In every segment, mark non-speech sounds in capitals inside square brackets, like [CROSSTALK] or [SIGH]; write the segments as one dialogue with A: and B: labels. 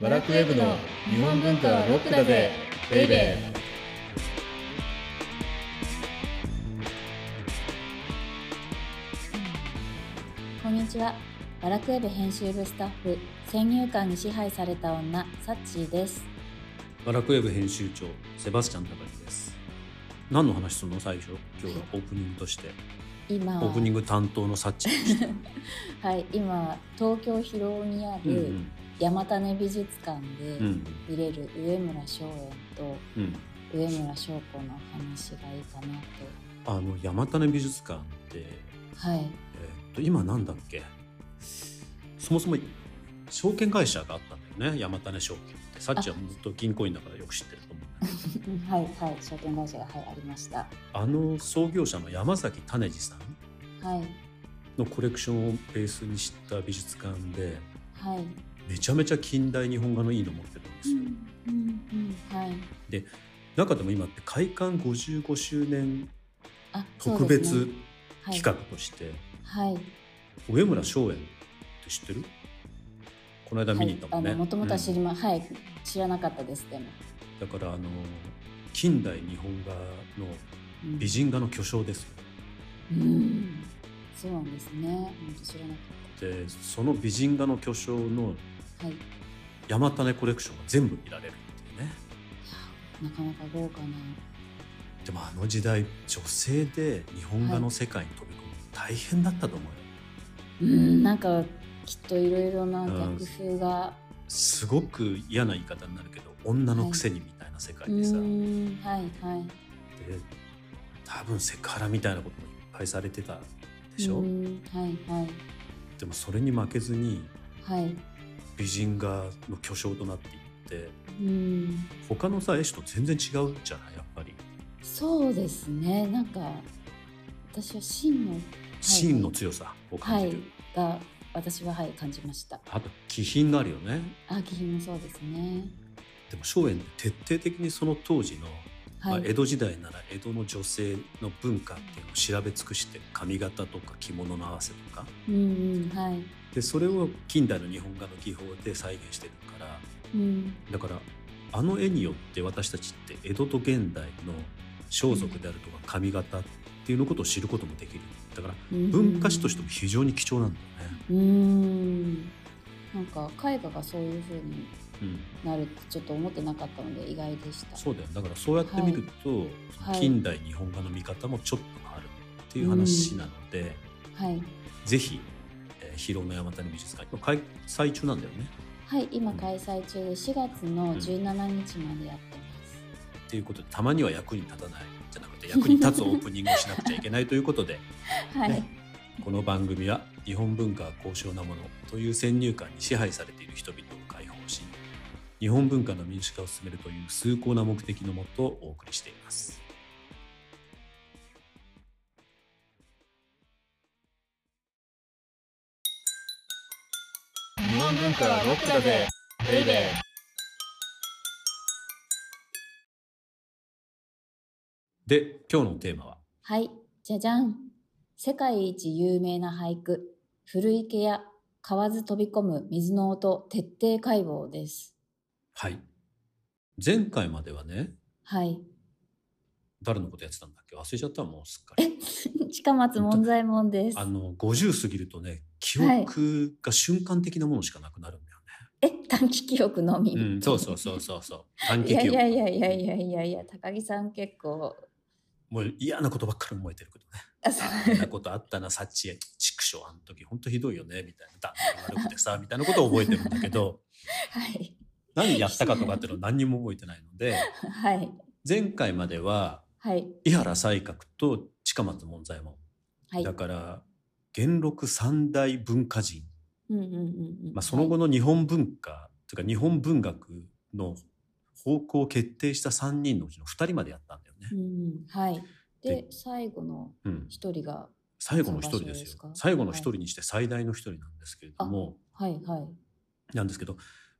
A: バラクウェブの日本文化はロックだぜベイベー
B: こんにちは。バラクエブ編集部スタッフ、先入観に支配された女、サッチーです。
C: バラクウェブ編集長セバスチャン高木です何の話するの最初今日はオープニングとして
B: 今
C: オープニング担当のサッチでした、
B: はい、今東京広尾にあ
C: うんう
B: る
C: ん
B: 山種美術館
C: う
B: で
C: ん
B: 見れる上村松園と
C: うん
B: 上村松子の話がいいかな
C: あの山種美術館って、
B: と。はい。
C: えーっと今なんだっけそもそも証券会社があったんだよね山種証券ってサッチはずっと銀行員だからよく知ってると思うんだけど
B: はいはい、証券会社がはいありました。
C: あの創業者の山崎種次さん
B: はい
C: のコレクションをベースにした美術館で
B: はい。
C: めちゃめちゃ近代日本画のいいの持ってるんですよ、
B: うんうんはい。
C: 中でも今って開館55周年
B: あ、
C: 特別
B: そうで
C: 企
B: すね
C: 画として、
B: はい。はい
C: 上村松園って知ってるこの間見に行ったもんね、
B: はいあのもともとは知り
C: うん
B: ま、はい知らなかったですでも、
C: だからあの近代日本画の
B: うん
C: 美人画の巨匠ですよ
B: うんそうなんですね本当知らなか
C: でその美人画の巨匠の
B: ったはい
C: 山種コレクションが全部見られるっていうね
B: なかなか豪華な
C: でもあの時代女性で日本画の世界に飛び込むの大変だったと思うよ、
B: うんなんかきっといろいろな
C: うん
B: 逆風が
C: すごく嫌な言い方になるけど女のくせにみたいな世界
B: う
C: でさ、
B: んはいはい
C: で多分セクハラみたいなこともいっぱいされてたでしょ、
B: うんはいはい
C: でもそれに負けずに
B: はい
C: 美人画の巨匠となっていって
B: うん
C: 他のさ絵師と全然違うじゃないやっぱり
B: そうですねなんか私は真の
C: 芯の強さを感
B: は
C: じ
B: い
C: る、
B: が私ははい感じました
C: あと気品があるよね
B: あ気品もそうですね
C: でも松園って徹底的にその当時の、
B: は
C: まあ
B: い、
C: 江戸時代なら江戸の女性の文化っていうのを調べ尽くして髪型とか着物の合わせとか
B: うんうんはい
C: でそれを近代の日本画の技法で再現してるから
B: うん
C: だからあの絵によって私たちって江戸と現代の装束であるとか髪型っていうのことを知ることもできるだから文化史としても非常に貴重なんだよね、
B: うーんなんか絵画がそういう風に
C: うん、
B: なるってちょっと思ってなかったので意外でした。
C: そうだよだからそうやって見ると、
B: はい
C: 近代日本画の見方もちょっと変わるっていう話なので、
B: はい、
C: ぜひ、えー、広尾の山谷美術館今開催中なんだよね
B: はい、今開催中で4月の17日までやってます。
C: っていうことでたまには役に立たないじゃなくて役に立つオープニングをしなくちゃいけないということで
B: はい、
C: ねこの番組は日本文化は高尚なものという先入観に支配されている人々を解放し日本文化の民主化を進めるという崇高な目的のもとお送りしています
A: 日本文化はロックだぜベイベ
C: で今日のテーマは
B: はい、じゃじゃん。世界一有名な俳句、古池や河津飛び込む水の音徹底解剖です。
C: はい前回まではね
B: はい。
C: 誰のことやってたんだっけ忘れちゃったわもうすっかり
B: え、 [LAUGHS] 近松門左衛門です
C: あ。の50過ぎるとね記憶が瞬間的なものしかなくなるんだよ
B: え、短期記憶のみ。
C: ね、うん、そうそうそうそうそう短
B: い
C: 期
B: や
C: 記
B: い
C: 憶
B: やいやいやいやいやいや、高木さん結構。 [LAUGHS]
C: もう嫌なことばっかり思えてるけどね
B: あそう
C: あんなことあったな、サッチへ、畜生、あの時、本当ひどいよね、みたいな、だ悪くてさ、みたいなことを覚えてるんだ
B: [LAUGHS]
C: けど、
B: はい。
C: 何やったかとかっていうのは何にも覚えてないので、
B: はい。
C: 前回までは、
B: はい。
C: 井原西鶴と近松門左衛門。
B: はい。
C: だから、元禄三大文化人。
B: うんうんうんうん。
C: まあ、その後の日本文化、というか日本文学の方向を決定した3人のうちの2人までやったんだよね
B: はい。。うん、はい。で
C: で、
B: 最後の
C: うん。
B: 一人が、
C: 最後の一人で
B: そうですす
C: よ
B: か。
C: 最後の一人にして最大の一人なんですけれども、
B: はいはい。
C: なんですけど、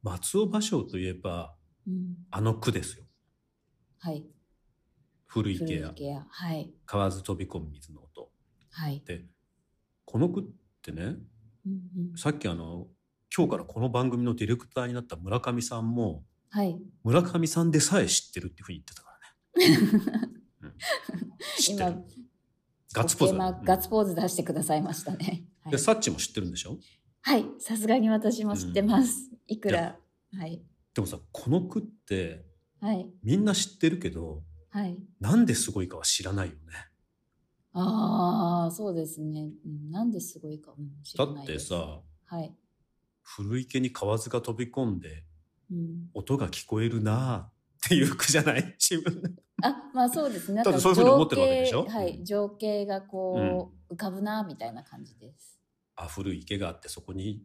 C: 松尾芭蕉といえば、
B: うん、
C: あの句ですよ。
B: はい。
C: 古
B: 古
C: 池や
B: 池屋。はい。
C: 河津飛び込む水の音。
B: はい。
C: で、この句ってね、
B: うんうん、
C: さっきあの、今日からこの番組のディレクターになった村上さんも
B: はい。
C: 村上さんでさえ知ってるっていうふうに言って
B: [LAUGHS]
C: たからね。うん知ってる
B: 今。
C: ガッツポーズ
B: ボケ
C: だ
B: マ
C: ね。
B: ガッツポーズ出してくださいましたね。
C: う
B: は
C: んで
B: い。
C: サッチも知ってるんでしょ
B: はい。さすがに私も知ってます。いく
C: い
B: ら。はい。
C: でもさこの句って
B: はい。
C: みんな知ってるけど
B: はい。
C: なんですごいかは知らないよね。
B: ああ、そうですね。うんなんですごいか、うん、知
C: だ
B: らな
C: っ
B: いで
C: て
B: す。
C: さ
B: はい。
C: 古池に河津が飛び込んで
B: うん、
C: 音が聞こえるなあっていう句じ
B: [LAUGHS]
C: ゃない自分で
B: あ、まあそうですね。
C: だって
B: なんか
C: そういうふうに思ってるわけでしょ
B: 情景は
C: う
B: い。
C: ん
B: 情景がこう、浮かぶな、みたいな感じです。
C: あ古い池があってそこに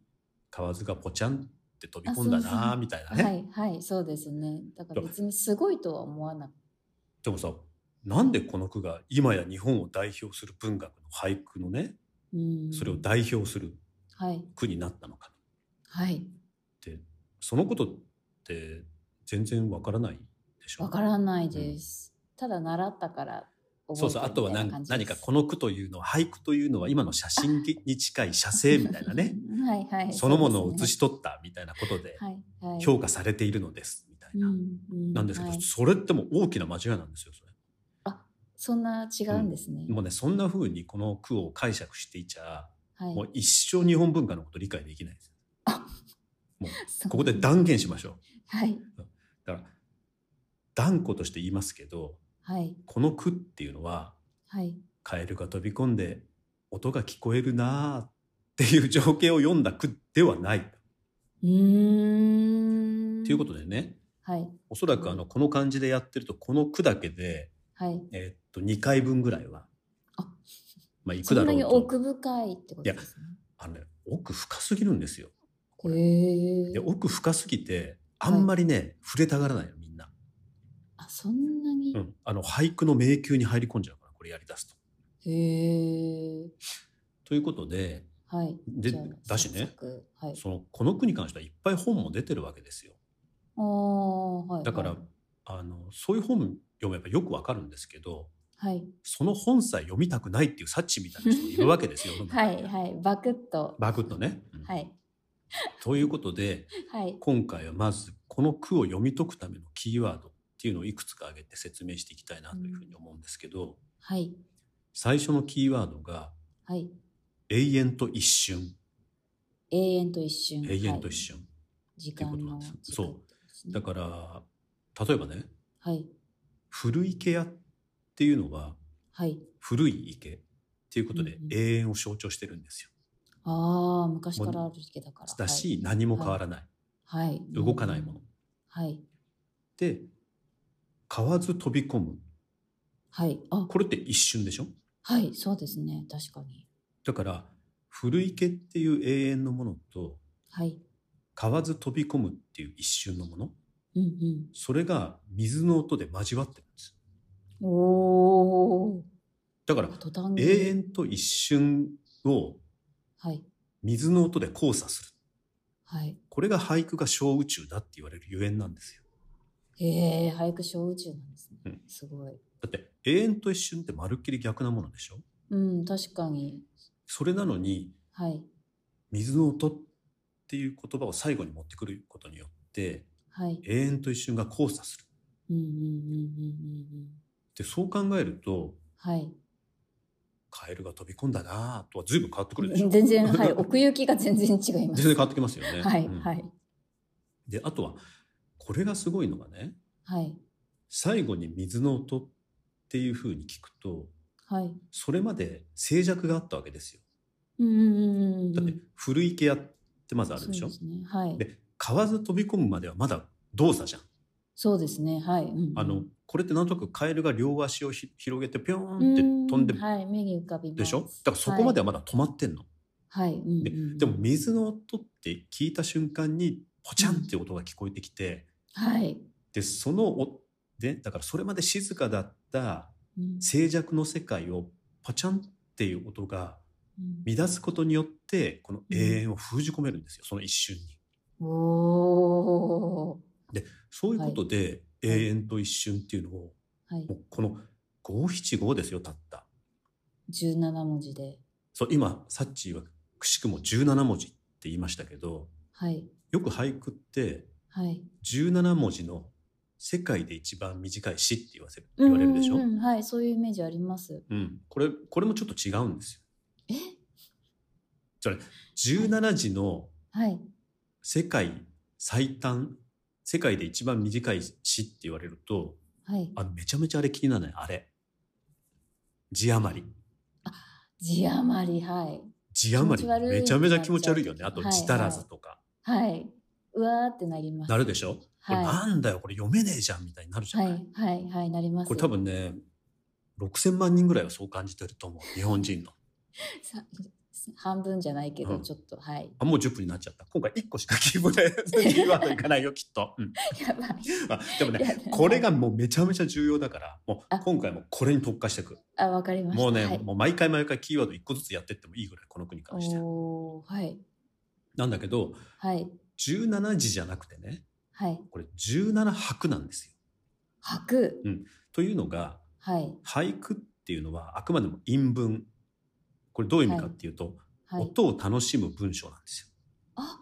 C: 河津がポチャンって飛び込んだなあみたいなね。
B: はい、はい、そうですね。だから別にすごいとは思わなく
C: でもさなんでこの句が今や日本を代表する文学の俳句のね
B: うん
C: それを代表する
B: はい、
C: 句になったのか
B: はい。
C: そのことって全然わからないでしょ
B: わからないです。ただ習ったから覚え
C: そう
B: て
C: そう
B: る
C: あとは
B: みたい
C: 何
B: な感じ
C: 何かこの句というのは俳句というのは今の写真に近い写生みたいなね
B: [LAUGHS] はいはい。
C: そのもの
B: そ
C: を
B: うで
C: 写
B: す
C: し取ったみたいなことで
B: ねはいはい。
C: 評価されているのですみたいな、
B: うんうん
C: なんですけど、
B: はい
C: それってもう大きな間違いなんですよそれ
B: そんな違うんですね。
C: もうねそんな風にこの句を解釈していちゃ
B: はい。
C: もう一生日本文化のこと理解できないです
B: [LAUGHS] そう
C: ここで断言しましょう
B: はい
C: だから断固として言いますけど
B: はい
C: この句っていうのは
B: はい。
C: カエルが飛び込んで音が聞こえるなあっていう情景を読んだ句ではないと、
B: うーん。
C: いうことでね
B: はい
C: おそらくあのこの感じでやってるとこの句だけで、
B: はい。
C: えーっと2回分ぐらいは
B: あ
C: まあいく
B: そ
C: だ
B: んな
C: ろ
B: に
C: うと
B: 奥深いってことですね。
C: あの、ね、奥深すぎるんですよ。これ
B: へえ
C: で。奥深すぎてあんまりね、触れたがらないのみんな、
B: あそんなに
C: う。ん、あの俳句の迷宮に入り込んじゃうからこれやりだすと。
B: へえ。
C: ということで
B: はい。
C: で
B: じゃあ
C: だしね。
B: 早速はい。
C: そのこの句に関してはいっぱい本も出てるわけですよ。
B: ああはい。
C: だから、あのそういう本読めばよくわかるんですけど
B: はい
C: その本さえ読みたくないっていうサッチみたいな人もいるわけです
B: [LAUGHS]
C: よ。世の中
B: は
C: に
B: いはいバクッと。
C: バクッとね、うん
B: はい
C: ということで
B: はい
C: 今回はまずこの句を読み解くためのキーワードっていうのをいくつか挙げて説明していきたいなというふうに思うんですけど、
B: はい
C: 最初のキーワードが
B: はい。
C: 「永遠と一瞬」
B: 永遠と一
C: 「
B: 瞬。
C: 永遠と一
B: はい。
C: 瞬」
B: 時間の
C: っていうことなんですそう
B: う
C: だから例えばね
B: はい
C: 「古池屋」っていうのは
B: はい。
C: 古い池っていうことで
B: うんうん
C: 永遠を象徴してるんですよ。
B: ああ昔からある池だから。
C: だし、何も変わらない、
B: はい。はい。
C: 動かないもの。
B: はい。
C: で買わず飛び込む
B: はい。あ、
C: これって一瞬でしょ
B: はい、そうですね。確かに。
C: だから古池っていう永遠のものと
B: はい。
C: 買わず飛び込むっていう一瞬のもの
B: うん
C: それが水の音で交わってるんです
B: うん。おお。
C: だから
B: 途端に。
C: 永遠と一瞬を
B: はい。
C: 水の音で交差する
B: はい。
C: これが俳句が小宇宙だって言われるゆえんなんですよ
B: へえ、俳句小宇宙なんですね。
C: うん
B: すごい。
C: だって永遠と一瞬ってまるっきり逆なものでしょ
B: うん、確かに。
C: それなのに
B: はい。
C: 水の音っていう言葉を最後に持ってくることによって
B: はい。
C: 永遠と一瞬が交差する
B: うんうんうんうんうんうん。
C: でそう考えると
B: はい。
C: カエルが飛び込んだなぁとは随分変わってくるでしょ
B: 全然、はい。
C: [LAUGHS]
B: 奥行きが全然違いま
C: 全然
B: す。
C: 変わってきますよね。
B: はい、
C: うん
B: はい。
C: であとはこれがすごいのがね
B: はい。
C: 最後に水の音っていうふうに聞くと
B: はい。
C: それまで静寂があったわけですよ。
B: うんうんうんうんうん。
C: だって古池屋ってまずあるでし
B: そ
C: ょ
B: うですね。はい。
C: で買わず飛び込むまではまだ動作じゃん。
B: そうですね。はい。うんうん
C: あのこれってなんとなくカエルが両足をひ広げてピョーンって飛んで
B: うはい。目に浮かびます。
C: でしょだからそこまではまだ止まってんの。
B: はい。はい。うん
C: で
B: うん
C: でも、水の音って聞いた瞬間にポチャンって音が聞こえてきて
B: はい。
C: でそのおでだからそれまで静かだった
B: うん
C: 静寂の世界をポチャンっていう音が
B: うん
C: 乱すことによってこの永遠を封じ込めるんですよその一瞬に。
B: おー
C: そういうことで永遠と一瞬っていうのを
B: はい
C: も。うこの五七五ですよたった。
B: 17文字で。
C: そう今サッチーはくしくも17文字って言いましたけど
B: はい
C: よく俳句って
B: はい
C: 17文字の世界で一番短い詩って言わせる言われるでしょ、
B: うんうんうんはいそういうイメージあります
C: うん、これこれもちょっと違うんですよ。
B: え
C: 17字の
B: はい
C: 世界最短世界で一番短い詩って言われると
B: はい
C: あめちゃめちゃあれ気にならないあれ字余り
B: 字余りはい
C: 字余
B: 気
C: り
B: 持ち悪い
C: めちゃめちゃ気持ち悪いよね
B: な
C: あ
B: っちゃ
C: と
B: う
C: 字足らずとか、
B: はいうわーってなります
C: なるでしょ、これ
B: は
C: なんだよこれ読めねえじゃんみたいになるじ
B: い
C: ゃ
B: は
C: ない、
B: いはいはいなります
C: これ多分ね6,000万人ぐらいはそう感じてると思う日本人の
B: さ半分じゃないけど、
C: うん
B: ちょっとはい
C: あもう10分になっちゃった今回1個しかキーボードキーワードいかないよきっと、うん
B: やばい
C: あでも
B: いや
C: ねこれがもうめちゃめちゃ重要だからもう
B: あ
C: 今回もこれに特化していく
B: あわかりました
C: もうね、
B: はい、
C: もう毎回毎回キーワード1個ずつやってってもいいぐらいこの国に関しては
B: おーはい
C: なんだけど
B: はい
C: 17字じゃなくてね
B: はい
C: これ17拍なんですよ。
B: 吐く
C: というのが
B: はい
C: 俳句っていうのはあくまでも韻文これどういう意味かっていうと、
B: はい
C: 音を楽しむ文章なんです
B: あ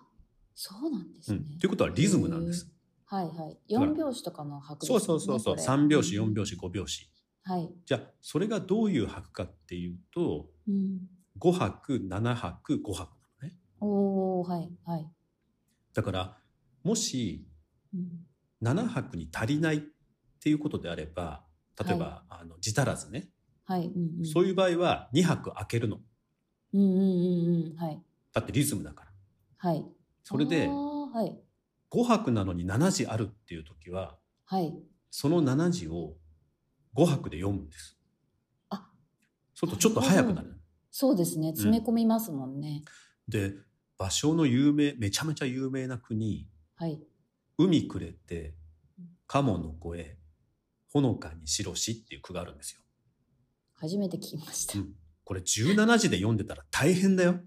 B: そうなんです
C: よ。
B: ね、
C: うん、ということはリズムなんです。
B: はいはい
C: だから
B: 四拍子とかの拍
C: そうそうそうそう、3拍子4拍子5拍子。
B: 子はい
C: じゃあそれがどういう拍かっていうと
B: うん
C: 5拍7拍5拍なのね。
B: おおはいはい
C: だからもし
B: うん
C: 7拍に足りないっていうことであれば例えば、あの字足らずね、
B: はいうんうん
C: そういう場合は2拍開けるの
B: うんうんうんうんはい
C: だってリズムだから
B: はい
C: それで
B: あーはい
C: 5拍なのに7字あるっていう時は
B: はい
C: その7字を5拍で読むんです
B: あ
C: そうするとちょっと早くなる
B: そうですね詰め込みますもんね、
C: で芭蕉の有名めちゃめちゃ有名な国
B: はい
C: 「海くれて鴨の声ほのかに白し」っていう句があるんですよ
B: 初めて聞きました、
C: うんこれ17字で読んでたら大変だよ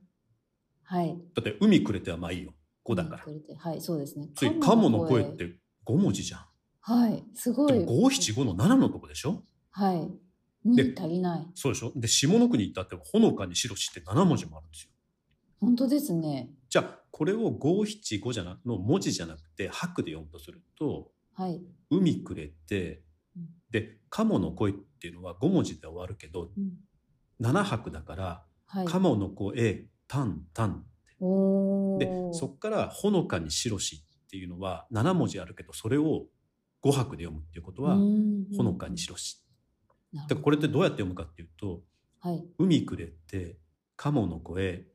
B: はい
C: だって「海くれて」はまあいいよ5だから
B: くれてはいそうですね
C: つい「カモの声」って5文字じゃん
B: はいすごい
C: でも五七五の7のとこでしょ
B: はい
C: で
B: に足りない
C: そうでしょで下の句に行ったってほのかに白しって7文字もあるんですよ
B: 本当ですね
C: じゃあこれを五七五じゃなの文字じゃなくて白で読むとすると
B: はい
C: 「海くれて
B: うん」
C: で「カモの声」っていうのは5文字で終わるけど
B: うん
C: 7白だから
B: は
C: 「
B: い
C: カモの声」「タンタン」
B: お
C: で
B: ー
C: そっから「ほのかに白し」っていうのは7文字あるけどそれを5白で読むっていうことは「ほのかに白し」だからこれってどうやって読むかっていうと
B: はい
C: 「海くれて鴨の声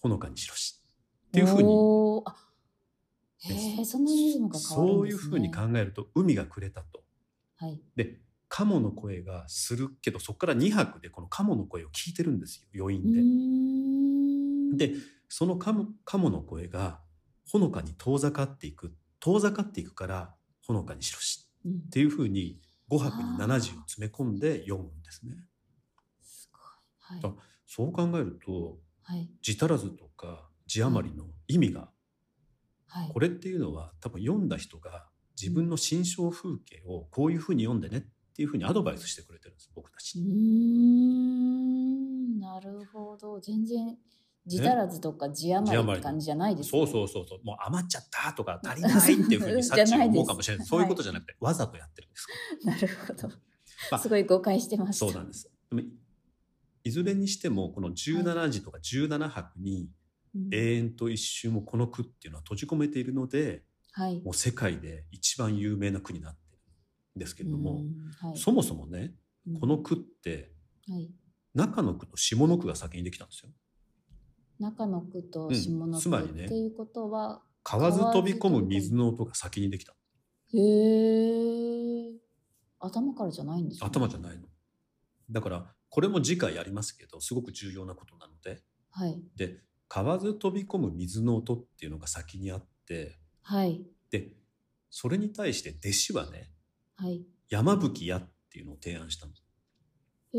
C: ほのかにしろし」っていうふうに
B: おーあへえそんなリズムが変わるん
C: そう
B: で
C: い
B: す、ね、
C: うふうに考えると「海がくれたと」
B: はい
C: で鴨の声がするけどそこから2拍でこの鴨の声を聞いてるんですよ余
B: うー
C: 韻
B: ん
C: で。でその鴨鴨の声がほのかに遠ざかっていく遠ざかっていくから「ほのかにしろし」
B: うん
C: っていうふうに5拍に70を詰め込んで読むんですね。
B: すごい
C: だそう考えると
B: はいはい
C: 字足らずとか字余りの意味が
B: はい
C: これっていうのは多分読んだ人が自分の心象風景をこういうふうに読んでねっていうふうにアドバイスしてくれてるんです僕たち
B: うー
C: に。
B: んなるほど全然字足らずとか字
C: 字
B: 余りっ
C: 余
B: て
C: り
B: 感じじゃないです
C: そう
B: ね。
C: そうそ
B: [LAUGHS]
C: うそうもう余っちゃったとか足りないっていうふうに察知を思うかもしれな
B: じゃないで
C: い
B: す
C: そういうことじゃなくてわざとやってるんです、
B: なるほど、
C: まあ
B: すごい誤解してました。
C: そうなんですでもいずれにしてもこの17字とか17拍に
B: うん
C: 永遠と一周もこの句っていうのは閉じ込めているので
B: はい。
C: もう世界で一番有名な句になってるんですけれど
B: う
C: も
B: んはい、
C: そもそもねこの句って
B: うん、はい、
C: 中の句と下の句が先にできたんですよ。
B: 中の句
C: う
B: と
C: ん
B: 下の
C: つ
B: 句、
C: まりね
B: っていうことは
C: 川ず飛び込む水の音が先にできた。
B: へえ頭からじゃないんですね
C: 頭じゃないの。だから、これも次回やりますけど、すごく重要なことなので、
B: はい
C: で、川ず飛び込む水の音っていうのが先にあって、
B: はい
C: で、それに対して弟子はね、
B: はい
C: 山吹屋っていうのを提案したの。
B: へ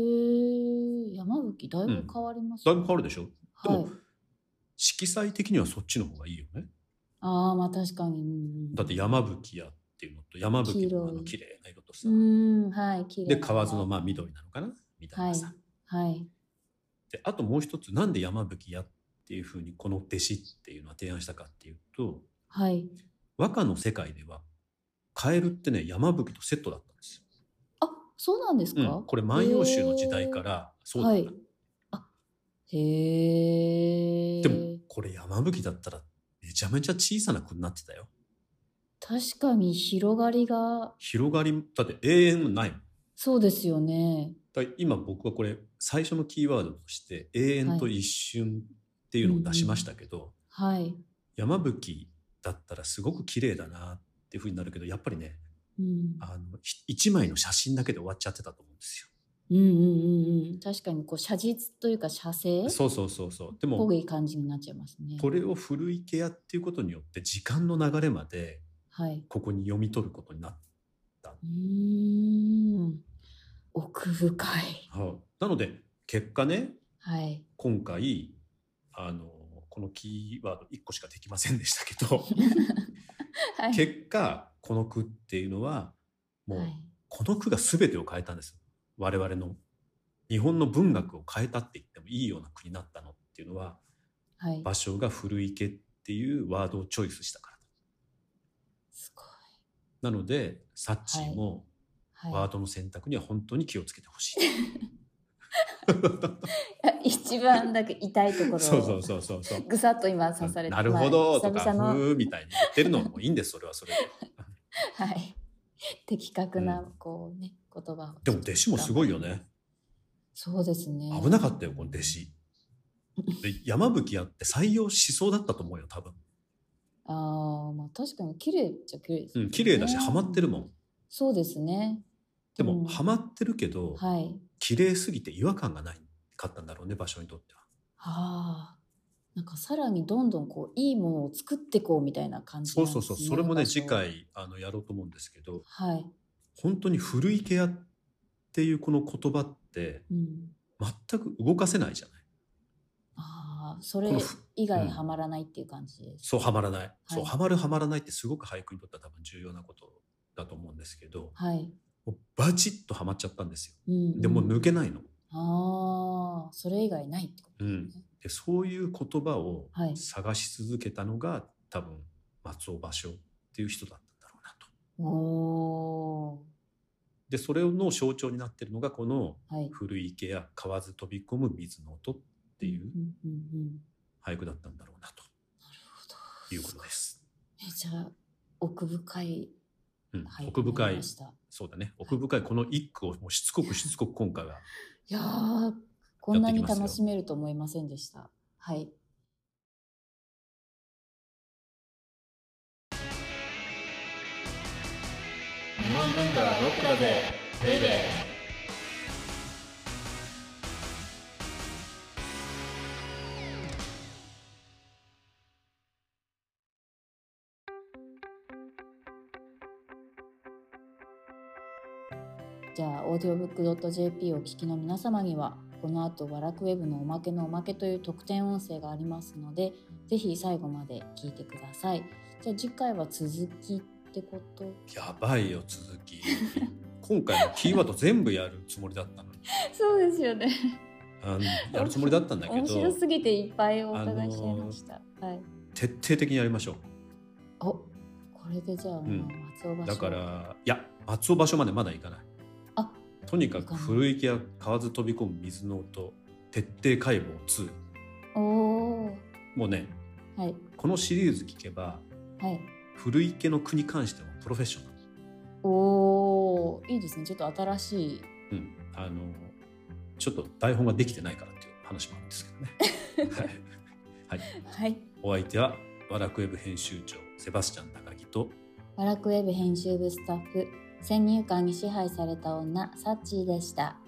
B: え山吹だいぶ変わります
C: だいぶ変わるでしょでも
B: はい、
C: 色彩的にはそっちの方がいいよね。
B: ああまあ確かに、うんうん、
C: だって山吹屋っていうのと、山吹のあの
B: 黄
C: 綺麗な色とさ
B: う、んはい綺麗
C: で、
B: な
C: 川津のまあ緑なのかなみたいなさ。
B: はい
C: であともう一つなんで山吹屋っていうふうにこの弟子っていうのは提案したかっていうと
B: はい。
C: 和歌の世界ではカエルってね山吹とセットだったんですよ。
B: あ、そうなんですか。
C: うん、これ「万葉集」の時代からそうだっ
B: は
C: た、
B: い。あ、へえ。
C: でもこれ山吹だったらめちゃめちゃ小さな子になってたよ。
B: 確かに広がりが
C: 広がりだって永遠もないもん。
B: そうですよね。
C: だから今僕はこれ最初のキーワードとして「永遠と一瞬」っていうのを出しましたけど、
B: はい。
C: 山吹だったらすごく綺麗だなっていうふうになるけどやっぱりね
B: うん。
C: あのひ一枚の写真だけで終わっちゃってたと思うんです
B: うんうんうんうん。確かにこう写実というか写生
C: よ。
B: っ
C: そうそうそうそうでも
B: ぽい感じになっちゃいますね。
C: これを古いケアっていうことによって時間の流れまで
B: はい。
C: ここに読み取ることになっ
B: うーん。奥深い。
C: た、なので結果ね
B: はい。
C: 今回あのこのキーワード1個しかできませんでしたけ
B: [LAUGHS]
C: ど
B: はい。
C: 結果この句っていうのはもう
B: はい
C: この句が全てを変えたんです我々の日本の文学を変えたって言ってもいいような句になったのっていうのは
B: はい。
C: 場所が古池っていうワードをチョイスしたから
B: すご
C: なのでサッチーも
B: い。
C: ワー
B: は
C: ドの選択には本当に気をつけてほしい、
B: い。 [LAUGHS] 一番だけ痛いところを。
C: そうそうそうそうそう
B: ぐさっと今刺されて。
C: なるほどと
B: まあ久
C: か、
B: 々の。
C: ふーみたいに言ってるのもいいんですそれはそれで
B: はい。 [LAUGHS] 的確
C: う、
B: なんこうね、言葉を。
C: でも弟子もすごいよね
B: そうですね。
C: 危なかったよこの弟子で山吹屋って採用しそうだったと思うよ多分、
B: ああ、まあ確かに綺麗っちゃ綺麗です、
C: うん、綺麗だしハマってるもん
B: そうですね。
C: で
B: う
C: も
B: ん
C: ハマってるけど、
B: はい。
C: 綺麗すぎて違和感がないかったんだろうね場所にとっては
B: ああ。なんかさらにどんどんこう、いいものを作ってこうみたいな感じ
C: そ
B: な
C: うん
B: です
C: そ
B: ね、
C: うそうそれもね
B: 場所
C: 次。回あのやろうと思うんですけど
B: はい。
C: 本当に古いケアっていうこの言葉って
B: うん。
C: 全く動かせないじゃない
B: ああ、それ
C: このふ
B: 以
C: う
B: 外
C: ん
B: はまらないっていう感じです。
C: そうはまらない、そう
B: はい
C: はまるはまらないってすごく俳句にとっては多分重要なことだと思うんですけど
B: はい。
C: もうバチッとはまっちゃったんですよ
B: うん。
C: でもう
B: うん
C: 抜けないの、
B: ああ、それ以外ないってことですね。
C: でそういう言葉を
B: はい
C: 探し続けたのが、多分松尾芭蕉っていう人だったんだろうなと
B: おー
C: でそれの象徴になってるのがこの
B: はい。
C: 古い池や河津飛び込む水の音っていう
B: うんうんうん。
C: 俳句だったんだろうな
B: なるほ
C: と
B: ど。
C: いうことです。
B: えじゃあ奥深い
C: うん、
B: 俳句
C: 奥
B: にな
C: 深
B: り
C: い
B: ました
C: そうだね奥深いこの一句をもうしつこくしつこく今回は
B: いやーこんな
C: や
B: に
C: っていきます
B: 楽し
C: よ
B: めると思いませんでした。はい。
A: 日本文化はロックだぜベイベー
B: じゃあ、オーディオブックドット JP をお聞きの皆様には、この後、ワラクウェブのおまけのおまけという特典音声がありますので、ぜひ最後まで聞いてください。じゃあ、次回は続きってこと
C: やばいよ続き [LAUGHS] 今回のキーワード全部やるつもりだったのに
B: そうですよね。
C: あの
B: [LAUGHS]
C: やるつもりだったんだけ
B: 面白
C: ど
B: すぎていっぱいお伺いしちゃいました。はい。
C: 徹底的にやりましょ
B: おこれでじゃあ、もう松尾芭
C: う
B: 蕉
C: だからいや松尾芭蕉までまだいかない
B: あ
C: とにかく古池や河津飛び込む水の音徹底解剖
B: お
C: 2
B: お
C: もうね
B: ーはい
C: このシリーズ聞けば
B: はい
C: 古池の句に関してもプロフェッショナル、
B: おおいいですねちょっと新しい
C: うん、あのちょっと台本ができてないからっていう話もあるんですけどねはい、はい、
B: はい
C: お相手はワラクウェブ編集長セバスチャン高木と
B: ワラクウェブ編集部スタッフ先入観に支配された女サッチーでした。